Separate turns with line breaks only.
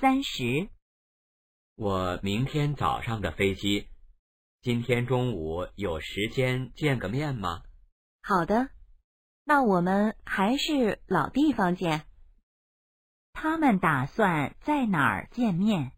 三十，
我明天早上的飞机，今天中午有时间见个面吗？
好的，那我们还是老地方见。他们打算在哪儿见面？